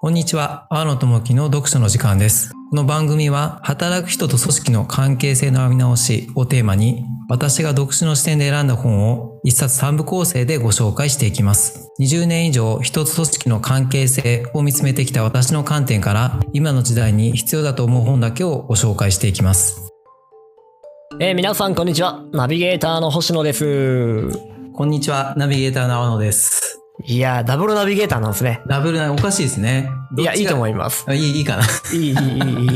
こんにちは。阿野智樹の読書の時間です。この番組は、働く人と組織の関係性の見直しをテーマに、私が読書の視点で選んだ本を一冊三部構成でご紹介していきます。20年以上、一つ組織の関係性を見つめてきた私の観点から、今の時代に必要だと思う本だけをご紹介していきます。えー、皆さん、こんにちは。ナビゲーターの星野です。こんにちは。ナビゲーターの阿野です。いやダブルナビゲーターなんですね。ダブルナおかしいですね。いや、いいと思います。いい、いいかな。 いい、いい、い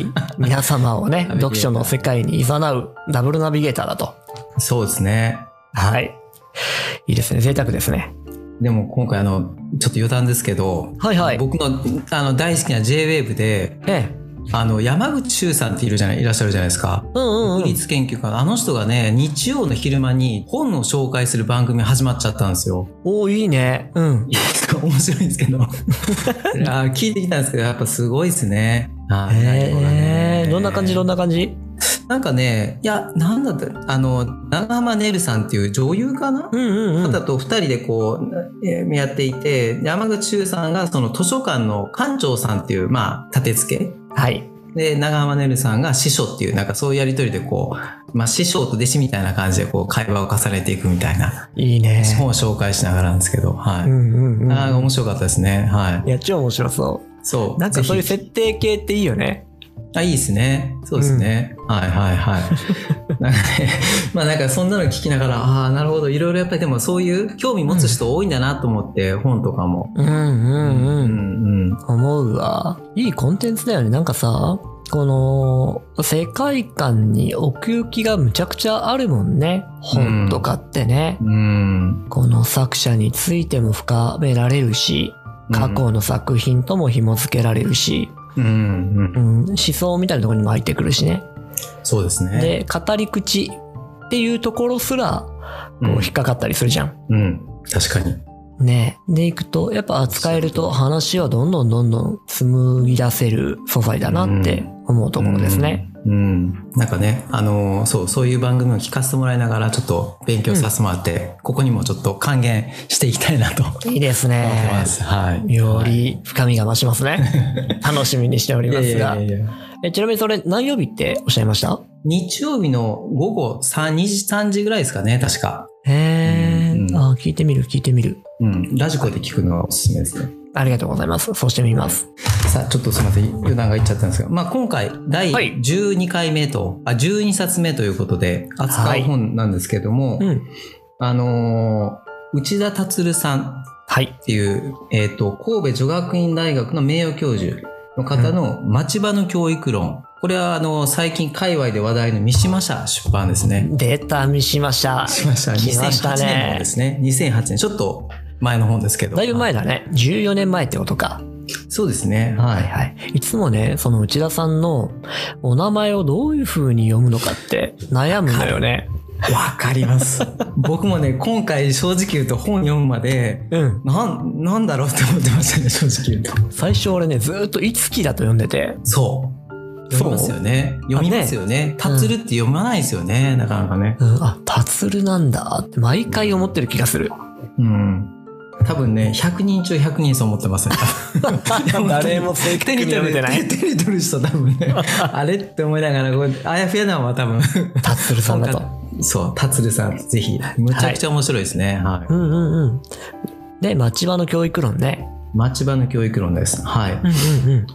い。皆様をね、読書の世界に誘うダブルナビゲーターだと。そうですね。はい。いいですね。贅沢ですね。でも今回あの、ちょっと余談ですけど、はいはい。僕のあの大好きな J-Wave で、ええ、あの山口周さんっているじゃないいらっしゃるじゃないですか。うんうんうん、国立研究家のあの人がね日曜の昼間に本を紹介する番組始まっちゃったんですよ。お いいね。うん。面白いんですけど あ聞いてきたんですけどやっぱすごいですね。はい。ね、どんな感じどんな感じなんかね、いや、なんだった、あの、長浜ねるさんっていう女優かな、うんうんうん、方と二人でこう、えー、やっていて、山口周さんがその図書館の館長さんっていう、まあ、立て付け。はい。で、長浜ねるさんが師匠っていう、なんかそういうやりとりでこう、まあ師匠と弟子みたいな感じでこう会話を重ねていくみたいな。いいね。本を紹介しながらなんですけど、はい。うんうんうん、。ああ、面白かったですね。はい。いや、超面白そう。そうなんかそういう設定系っていいよね。あ、いいですね。そうですね。うん、はいはいはい。 なんかね、まあなんかそんなの聞きながら、ああ、なるほど。いろいろやっぱりでもそういう興味持つ人多いんだなと思って、うん、本とかも。うんうんうん。うんうん、思うわ。いいコンテンツだよね。なんかさ、この世界観に奥行きがむちゃくちゃあるもんね。本とかってね。うん、この作者についても深められるし、過去の作品とも紐付けられるし。うんうん、うん、思想みたいなところにも入ってくるしね。そうですね。で、語り口っていうところすら、こう引っかかったりするじゃん。うん、うん、確かに。ねで、いくと、やっぱ扱えると話はどんどんどんどん紡ぎ出せる素材だなって思うところですね。うん、うん、なんかね、あのー、そう、そういう番組を聞かせてもらいながら、ちょっと勉強させてもらって、ここにもちょっと還元していきたいなと。いいですね。思ってます。はい。より深みが増します ね。楽しみにしておりますが。いやいやいやえちなみにそれ何曜日っておっしゃいました日曜日の午後3、2時、3時ぐらいですかね、確か。へえ、うん、あ聞いてみる、聞いてみる。うん、ラジコで聞くのはおすすめですね。ありがとうございます。そうしてみます。さあ、ちょっとすみません。余談がいっちゃったんですが、まあ、今回、第12回目と、はい、あ、12冊目ということで、扱う本なんですけども、はいうん、あのー、内田達さんっていう、はい、えっ、ー、と、神戸女学院大学の名誉教授の方の町場の教育論。うん、これはあの最近界隈で話題の三島社出版ですね。出た三島社。しました。 2008年ですね。2008年。ちょっと前の本ですけど。だいぶ前だね。14年前ってことか。そうですね。はい、はい、い。つもね、その内田さんのお名前をどういう風に読むのかって悩むのよね。わかります。僕もね、今回正直言うと本読むまで、 うん、な、なんだろうって思ってましたね、正直言うと。最初俺ね、ずっといつきだと読んでて。そう。読みますよね。読みますよね。たつるって読まないですよね、うん、なかなかね。うん、あ、たつるなんだって毎回思ってる気がする。うん。多分ね、100人中100人そう思ってますね。 誰も正確に読めて ない。手に取る人多分 ね、あれって思いながら、あやふやなのは多分。たつるさんだと。そう、達さん、ぜひ。むちゃくちゃ面白いですね。はい。はい、うんうんうん。で、町場の教育論ね。町場の教育論です。はい。うんうん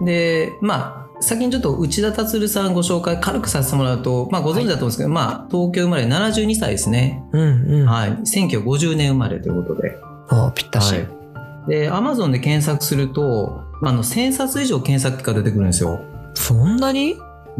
うん、で、まあ、先にちょっと内田達さんご紹介軽くさせてもらうと、まあ、ご存知だと思うんですけど、はい、まあ、東京生まれ72歳ですね、うんうんはい、1950年生まれということで、おぴったし、はいでアマゾンで検索するとあの1000冊以上検索結果出てくるんですよそんなに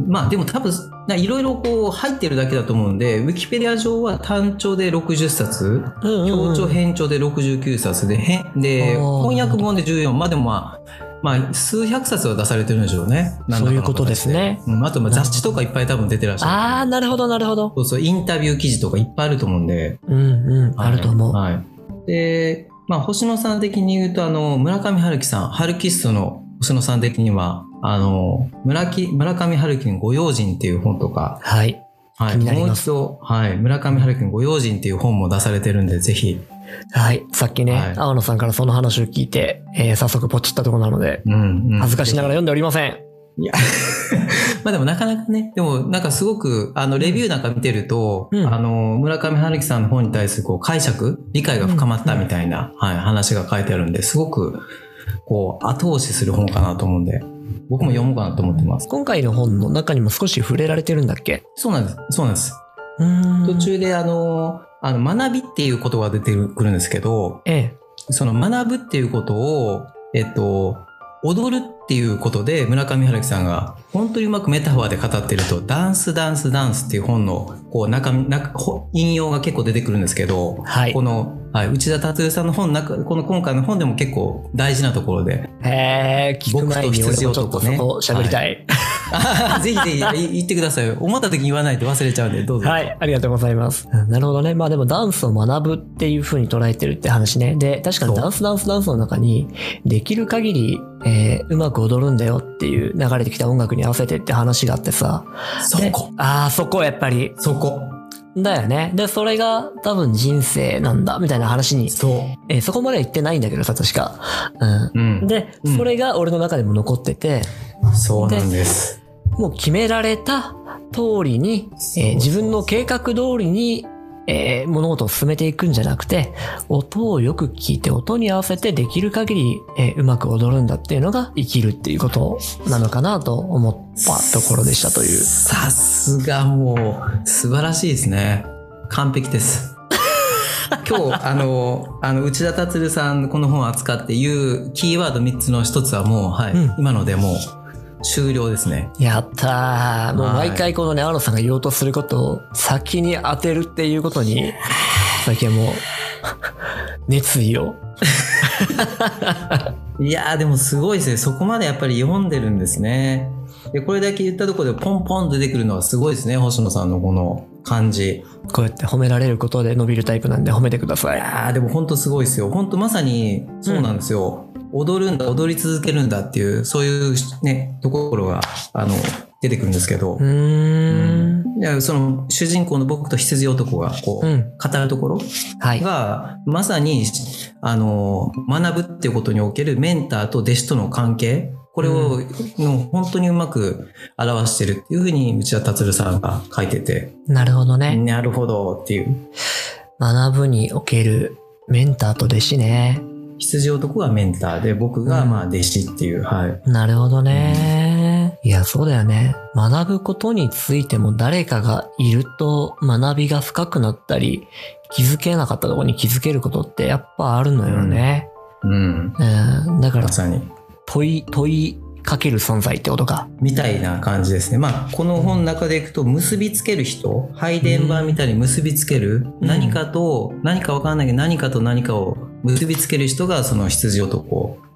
まあでも多分いろいろこう入ってるだけだと思うんでウィキペディア上は単調で60冊、うんうんうん、強調編調で69冊でで翻訳本で14まあでもまあまあ、数百冊は出されてるんでしょうね。そういうことですね。うん、あとまあ雑誌とかいっぱい多分出てらっしゃる。ああ、なるほど、なるほど。そうそう、インタビュー記事とかいっぱいあると思うんで。うんうん、あると思う。はい。で、まあ、星野さん的に言うと、あの、村上春樹さん、春樹ストの星野さん的には、あの、村木村上春樹のご用心っていう本とか、はい。は気い。になりもうま一す。度、はい。村上春樹のご用心っていう本も出されてるんで、ぜひ。はい。さっきね、はい青野さんからその話を聞いて、えー早速ポチったとこなので、うん、うん。恥ずかしながらら。読んでおりません。まあでもなかなかね、でもなんかすごく、あの、レビューなんか見てると、うんあの、村上春樹さんの本に対するこう解釈、理解が深まったみたいな、はい、話が書いてあるんで、すごく、こう、後押しする本かなと思うんで、僕も読もうかなと思ってます。今回の本の中にも少し触れられてるんだっけそうなんです。そうなんです。うーん途。中であの、あの、学びっていうことが出てくるんですけど、ええ。その学ぶっていうことを、えっと、踊るっていうことで村上春樹さんが本当にうまくメタファーで語ってると、ダンスダンスダンスっていう本のこう中身、中、ほ引用が結構出てくるんですけど、はいこ。の、はい、内田達夫さんの本の中、この今回の本でも結構大事なところで、 えー、聞く前に僕と俺羊もちょっと男そねこ喋りたい。あーぜひぜひい言ってください。思った時に言わないと忘れちゃうんで、どうぞ。はい、ありがとうございます。うんなるほどね。まあでもダンスを学ぶっていう風に捉えてるって話ね。で、確かにそうダンスダンスダンスの中に、できる限り、えーうまく踊るんだよっていう流れてきた音楽に合わせてって話があってさ。そでこ。ああ、そこやっぱり。そこ。だよね。で、それが多分人生なんだ、みたいな話に、そえーそこまでは言ってないんだけどさ、確か。う。ううんん。。でう、んそれが俺の中でも残ってて、そうなんです。もう決められた通りに、そうえーそう自分の計画通りに、えー物事を進めていくんじゃなくて、音をよく聞いて音に合わせてできる限り、えーうまく踊るんだっていうのが生きるっていうことなのかなと思ったところでしたという。さすがもう素晴らしいですね完璧です 今日あのあの内田達さんこの本を扱っていうキーワード3つの1つはもう、はいうん今のでもう終了ですねやったー。もうはい毎回このね、アロさんが言おうとすることを先に当てるっていうことに、最近はもう、熱意を。いやーでもすごいですねそこまでやっぱり読んでるんですねでこれだけ言ったところでポンポン出てくるのはすごいですね星野さんのこの感じこうやって褒められることで伸びるタイプなんで褒めてください。あーでも本当すごいですよ本当まさにそうなんですよ、踊るんだ踊り続けるんだっていうそういうねところがあの出てくるんですけど、うーん。いやその主人公の僕と羊男がこう、うん語るところはい。がまさにあの学ぶっていうことにおけるメンターと弟子との関係これを、の本当にうまく表してるっていうふうに内田達さんが書いてて、なるほどね。なるほどっていう学ぶにおけるメンターと弟子ね。羊男がメンターで僕がうんまあ弟子っていう、はい。なるほどね。いや、そうだよね。学ぶことについても誰かがいると学びが深くなったり、気づけなかったところに気づけることってやっぱあるのよね。うんうん。だからま、さに。問い、問いかける存在ってことか。みたいな感じですね。まあ、この本の中でいくと、結びつける人、配電盤みたいに結びつける、うん何かと、何かわかんないけど、何かと何かを結びつける人が、その羊男、うん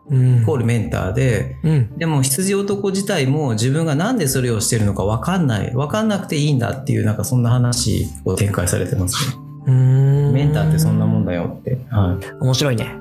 イコールメンターで、うん。でも羊男自体も自分がなんでそれをしてるのかわかんない、わかんなくていいんだっていう、なんかそんな話を展開されてますね。うーん。メンターってそんなもんだよって。はい。面白いね。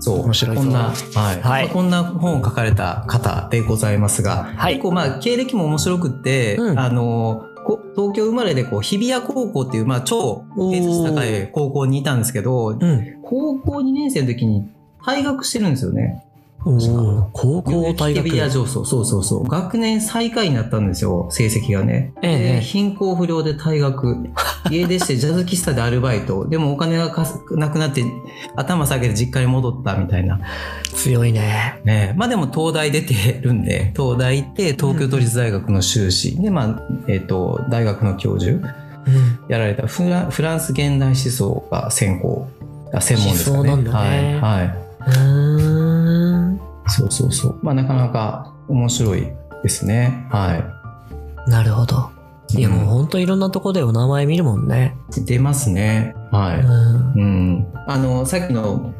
そう面白いぞこんな、はいはいまあこんな本を書かれた方でございますが、はい結構まあ経歴も面白くって、うんあのこ東京生まれでこう日比谷高校っていう、まあ、超偏差値高い高校にいたんですけどうん。高校2年生の時に退学してるんですよねおー高校大学。日比谷上層そうそうそう学年最下位になったんですよ成績がね、ええええで貧困不良で退学家出してジャズ喫茶でアルバイトでもお金がかすなくなって頭下げて実家に戻ったみたいな強いね。ねまあでも東大出てるんで東大行って東京都立大学の修士、でまあ、えっと大学の教授うん。やられたフランフランス現代思想が専攻あ専門ですかね思想なんだねはい、はうーん。い、そうそうそうまあなかなか面白いですねはなるほど。いいやもううほんといろんなとこでお名前見るもんね。ん出ますねはい、うん。うん、あのさっきの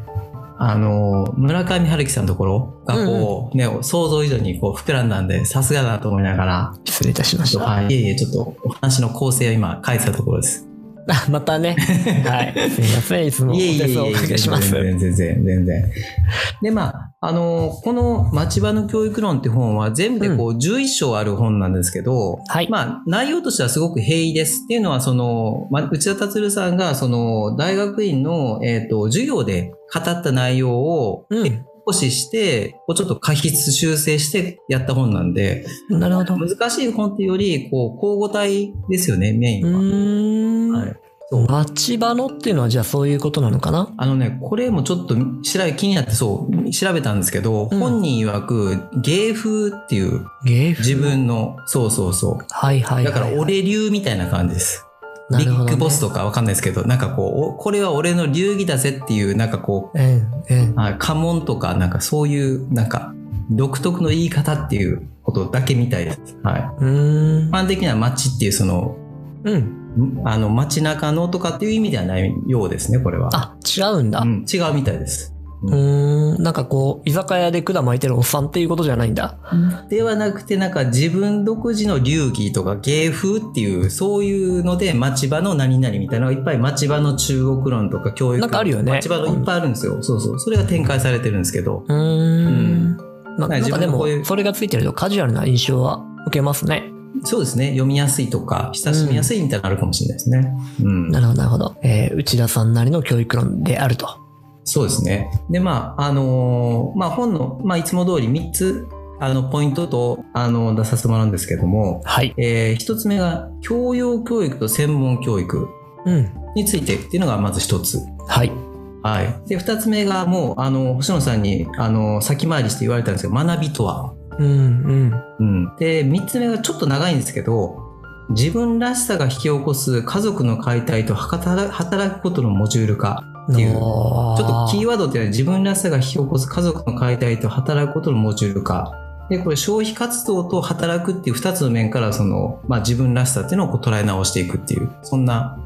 あの村上春樹さんのところがこう、ね想像以上にこう膨らんだんでさすがだなと思いながら失礼いたしましちょっとた。はい、いえいえ、ちょっとお話の構成を今書いてたところです。あまたね。 はい。すいません。いつもおいえいえ手い数をおえかけします。全然全然全然。で、まあ、あの、この町場の教育論って本は全部でこう11章ある本なんですけど、はい。まあ、内容としてはすごく平易です。っていうのは、その、まあ、内田達さんが、その、大学院の、えっ、と、授業で語った内容を、うん。少しして、こうちょっと過筆修正してやった本なんで、なるほど。う難しい本っていうより、こう、交互体ですよね、メインは。ーん。はい町場のっていうのはじゃあそういうことなのかなあのね、これもちょっと調べ、気になってそう、調べたんですけど、うん本人曰く芸風っていう芸風自分の、そうそうそう。はいはいはい。だから俺流みたいな感じです。なビるほどッねグボスとかわかんないですけど、なんかこう、おこれは俺の流儀だぜっていう、なんかこええ、ええう、。あ家紋とか、なんかそういう、なんか、独特の言い方っていうことだけみたいです。はい。うーん一。般的には街っていう、その、うん。んあの、街中のとかっていう意味ではないようですね、これは。あ、違うんだ。ううん違うみたいです。ーん。なんかこう、居酒屋で管巻いてるおっさんっていうことじゃないんだ。ではなくて、なんか自分独自の流儀とか芸風っていう、そういうので、町場の何々みたいなのがいっぱい町場の中国論とか教育論なんかあるよね町場のいっぱいあるんですよ。そうそう。それが展開されてるんですけど。うーん。まねあ、なんかで自分のもこういう、それがついてるとカジュアルな印象は受けますね。そうですね。読みやすいとか、親しみやすいみたいなのあるかもしれないですね。うん。なるほど、なるほど。えー内田さんなりの教育論であると。そうですね。で、まあ、あのーまあ、本の、まあ、いつも通り3つ、あの、ポイントと、あの、出させてもらうんですけども、はい。えー、1つ目が、教養教育と専門教育うん。についてっていうのがまず1つ。はい。はい。で、二つ目が、もう、あの、星野さんに、あの、先回りして言われたんですけど、学びとは。うん、うん。うん。で、三つ目がちょっと長いんですけど、自分らしさが引き起こす家族の解体と働働くことのモジュール化。っていうのーちょっとキーワードっていうのは自分らしさが引き起こす家族の解体と働くことのモジュール化。で、これ消費活動と働くっていう二つの面から、その、まあ自分らしさっていうのをこう捉え直していくっていう、そんな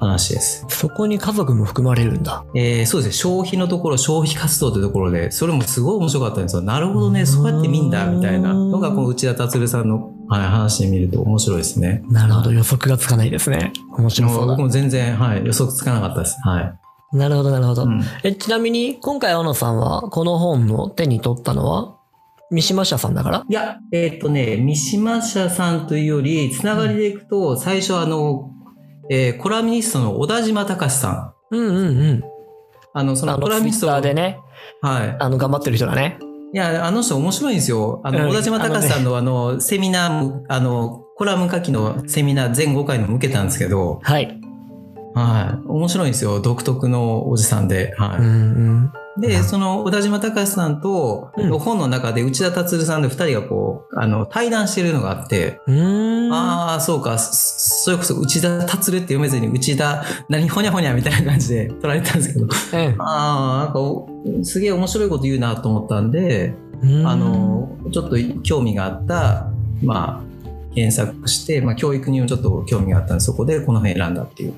話です。そこに家族も含まれるんだ。えーそうですね消費のところ消費活動というところでそれもすごい面白かったんですよなるほどうーねんそうやって見んだみたいなのがこの内田達さんのはい話で見ると面白いですねなるほど、予測がつかないですね。面白もそうう僕だ。も全然、はい、予測つかなかったですはい、なるほど、なるほど。うんえ、ちなみに、今回、青野さんは、この本を手に取ったのは、三島社さんだからいやえーっ、とね三島社さんというよりつながりでいくと最初あの、えーコラムニストの小田島隆さんうんうんうん。あのそあのコの、ラツムイニスットタのーでね、はいあの、頑張ってる人だね。いや、あの人面白いんですよ。あの、うん小田島隆さんのあの、セミナーも、あの、コラム書きのセミナー全5回のも受けたんですけど、はい。はい。面白いんですよ。独特のおじさんで。うんはうん。い。で、その、小田島隆さんと、うん本の中で内田達さんで2人がこう、あの、対談してるのがあって、うーん。ああ、そうか、そそれこそ内田達って読めずに、内田、何、ほにゃほにゃみたいな感じで取られたんですけど、うんああ、なんかお、すげえ面白いこと言うなと思ったんで、あ、のちょっと興味があった、まあ、検索して、まあ、教育にもちょっと興味があったんでそこでこの辺選んだっていう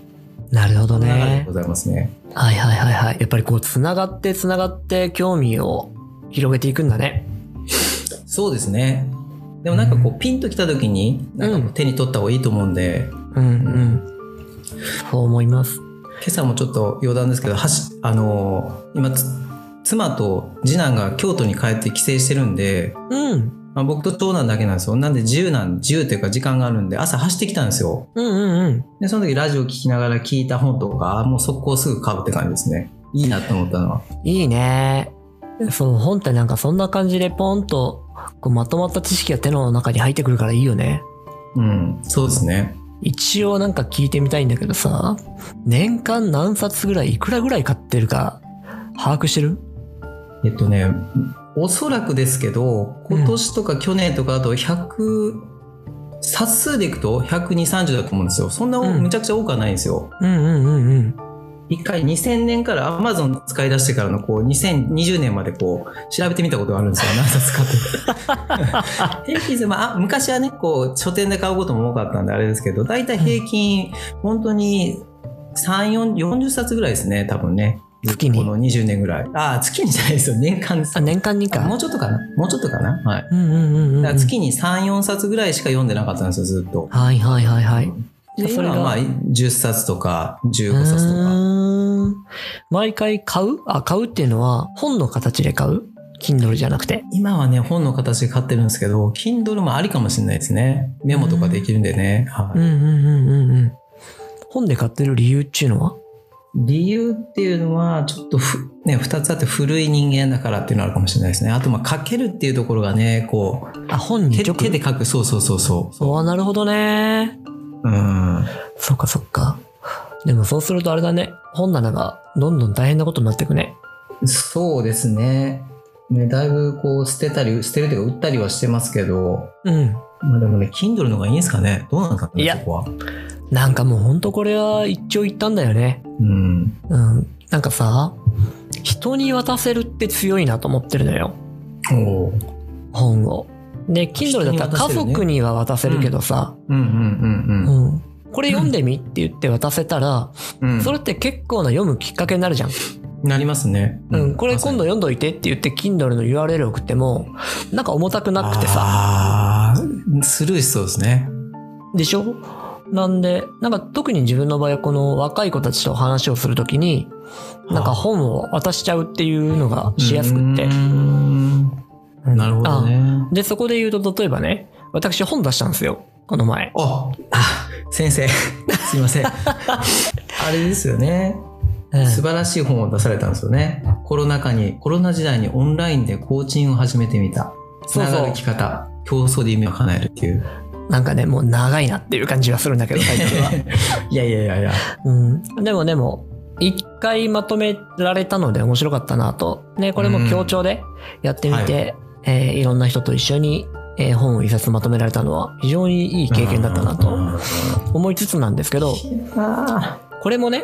なるほど流れでねご。ざいますね。はいはいはいはい。やっぱりこう、つながってつながって興味を広げていくんだね。そうですねでもなんかこううピンときた時になんかこううん手に取った方がいいと思うんで、うんうん。そう思います。今朝もちょっと余談ですけどはしあのー今つ妻と次男が京都に帰って帰省してるんで、うん。まあ、僕と長男だけなんですよなんで自由なん自由というか時間があるんで朝走ってきたんですようんうんうん。で、その時ラジオ聞きながら聞いた本とか、もう速攻すぐ買うって感じですね。いいなと思ったのは。いいね。そう、本ってなんかそんな感じでポンとこうまとまった知識が手の中に入ってくるからいいよね。うん、そうですね。一応なんか聞いてみたいんだけどさ、年間何冊ぐらい、いくらぐらい買ってるか、把握してるえっとね、おそらくですけど、うん今年とか去年とかだと100、冊数でいくと120、30だと思うんですよ。そんなうんむちゃくちゃ多くはないんですよ。うんうんうんうん。一回2000年から Amazon 使い出してからのこう2020年までこう調べてみたことがあるんですよ。何冊買って。 平均で、まあ、あ昔はね、こう書店で買うことも多かったんであれですけど、大体平均、本当に3、4 40冊ぐらいですね、多分ね。月にこの20年ぐらい。ああ、月にじゃないですよ。年間ですあ、。年間にもかう。ちょっとかなもうちょっとかなはい。うんうんうん、だうからん。月に3、4冊ぐらいしか読んでなかったんですよ、ずっと。はいはいはいはい。で、そそれれががまあ、10冊とか、う15冊とか。ーん毎回買うあ、買うっていうのは本の形で買う ?Kindle じゃなくて。今はね、本の形で買ってるんですけど、Kindle もありかもしれないですね。メモとかできるんでね。はいうんうんうんうんうん。本で買ってる理由っていうのは理由っていうのは、ちょっとふ、ね、二つあって古い人間だからっていうのあるかもしれないですね。あと、まあ、書けるっていうところがね、こう、あ、本に手直。手で書く。そうそうそうそう。おーなるほどね。うん。そっかそっか。でもそうするとあれだね。本棚がどんどん大変なことになっていくね。そうですね。ね、だいぶこう、捨てたり、捨てるというか、売ったりはしてますけど、うん。まあでもね、Kindle の方がいいんですかね。どうなんですかね、いやそこは。なんかもうほんとこれは一長一短だよね。うん。うん。なんかさ、人に渡せるって強いなと思ってるのよ。おう本を。で、Kindle だったら人に渡せる家ね族には渡せるけどさ、うんうんううんうん。ん。これ読んでみって言って渡せたら、うんそれって結構な読むきっかけになるじゃん。なりますね。うん、これ今度よ読んどいてって言って Kindle の URL 送っても、なんか重たくなくてさ。あースルーしそうですね。でしょなんで、なんか特に自分の場合はこの若い子たちと話をするときに、なんか本を渡しちゃうっていうのがしやすくってうー。んうんなるほど。ねあ。で、そこで言うと、例えばね、私本出したんですよ。この前。あ、あ先生、すいま せん。あれですよね。うん素晴らしい本を出されたんですよね。コロナ禍に、コロナ時代にオンラインでコーチンを始めてみた。つそうながそる生き方。競争で夢を叶えるって いう。う。なんかね、もう長いなっていう感じはするんだ けど、タイトルは。いやいやいやいや。うん。でもでも、一回まとめられたので面白かったなと。ね、これも協調でやってみて、えーいろんな人と一緒に、えー本を一冊まとめられたのは非常にいい経験だったなうんと思いつつなんですけど、これもね、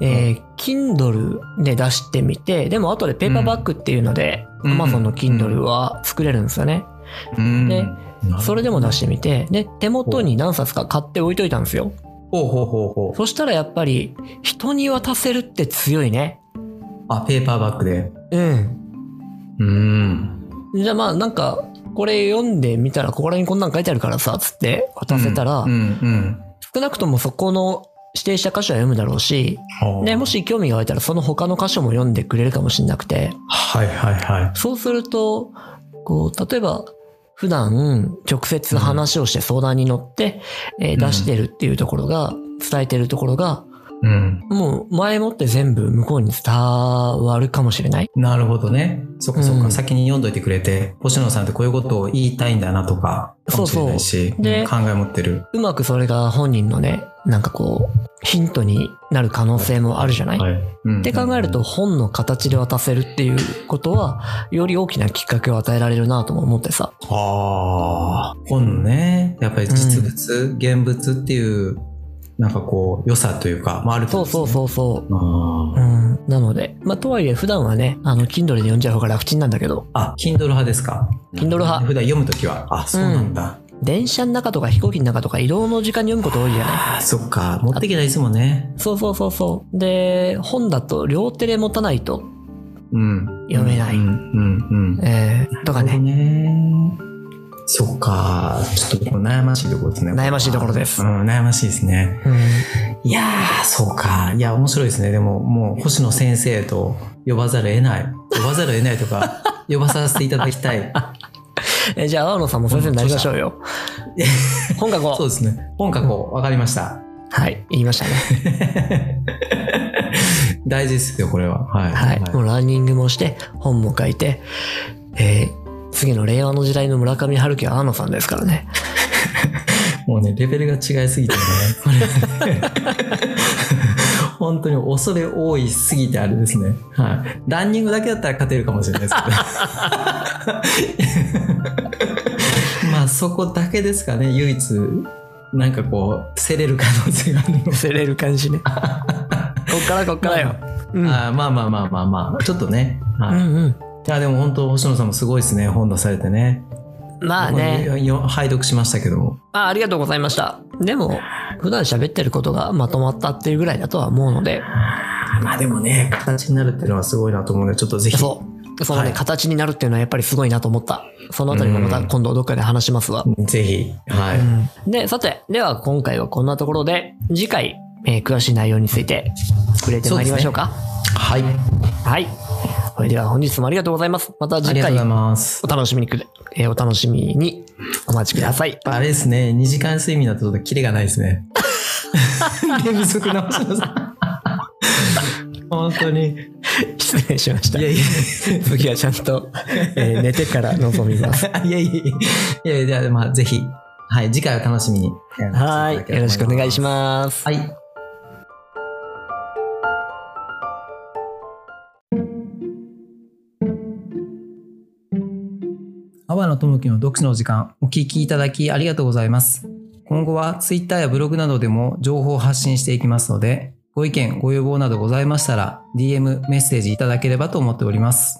えー Kindle で出してみて、でも後でペーパーバッグっていうので、うん Amazon の Kindle は作れるんですよね。うんでうんそれでも出してみて、で、手元に何冊か買って置いといたんですよ。ほうほうほうほう。そしたらやっぱり、人に渡せるって強いね。あ、ペーパーバッグで。うん。うん。じゃあまあなんか、これ読んでみたら、ここら辺こんなん書いてあるからさ、つって渡せたら、うんうん少なくともそこの指定した箇所は読むだろうし、ほうね、もし興味が湧いたらその他の箇所も読んでくれるかもしれなくて、はいはいはい。そうすると、こう、例えば、普段、直接話をして相談に乗って、えーうん出してるっていうところが、伝えてるところが、うん。もう前もって全部向こうに伝わるかもしれない。なるほどね。そっかそっか、うん先に読んどいてくれて、星野さんってこういうことを言いたいんだなとか、かもしれないし、そうでうん考え持ってる。うまくそれが本人のね、なんかこう、ヒントになる可能性もあるじゃない、い。うんって考えると、、本の形で渡せるっていうことは、より大きなきっかけを与えられるなとも思ってさ。ああ、本ね、やっぱり実物、現物っていう、なんかこう、良さというか、まあ、あるそうそうう。そうそう。あうーん。なので、まあ、とはいえ、普段はね、あの、Kindle で読んじゃう方が楽ちんなんだけど、あ、Kindle 派ですか Kindle 派普段読むときは。あ、そうなんだ。電車の中とか飛行機の中とか移動の時間に読むこと多いじゃないああ、そっか。持ってきないですもんね。そうそうそうそう。で、本だと両手で持たないと、うん。読めないうん、うん、えー、とかうん。ね、ね。そっか。ちょっと悩ましいところですね。悩ましいところですう。ん、悩ましいですね。うん。いやー、そうか。いや、面白いですね。でも、もう、星野先生と呼ばざるを得ない。呼ばざるを得ないと か、呼ばさせていただきたい。えじゃあ、青野さんも先生になりましょうよ。本書 そうこですね。本格をわかりました。う。はい、言いましたね。大事ですよ、これは。はい。はい。もうランニングもして、本も書いて、えー、次の令和の時代の村上春樹は青野さんですから ね。もうね、レベルが違いすぎてね。これね本当に恐れ多いすぎてあれですね。はい。ランニングだけだったら勝てるかもしれないですけど。まあそこだけですかね、唯一。なんかこう、競れる可能性があるの。せれる感じ ね。こっからこっからよ。うん。うんあーまあまあまあまあまあ、ちょっとね。はい。いうん。や、でも本当、星野さんもすごいですね、本出されてね。まあね。僕もよ拝読しましたけども。あありがとうございました。でも、普段喋ってることがまとまったっていうぐらいだとは思うので、まあでもね、形になるっていうのはすごいなと思うので、ちょっとぜひ。そそのね、はい形になるっていうのはやっぱりすごいなと思った。そのあたりもまた今度どっかで話しますわ。ぜひ。はうい。んで、さて、では今回はこんなところで、次回、えー詳しい内容について触れてまいりましょうか。はい。はい。それでは本日もありがとうございます。またあ次りがとう回ございますお。楽しみにくれ、えーお楽しみにお待ちください。あれですね、2時間睡眠だとちょっとキレがないです ね。寝不足なおしさん。本当に。い失礼しました。やい次はちゃんと、 えー寝てから臨 みます。や、いやいやいやいや、じゃあまあぜひ、はい、次回を楽しみに。はい。よろしくお願いしまます。す。はい。阿波野智樹の読書の時間、お聞きいただきありがとうございます。今後は Twitter やブログなどでも情報を発信していきますので、ご意見、ご要望などございましたら、DM、メッセージいただければと思っております。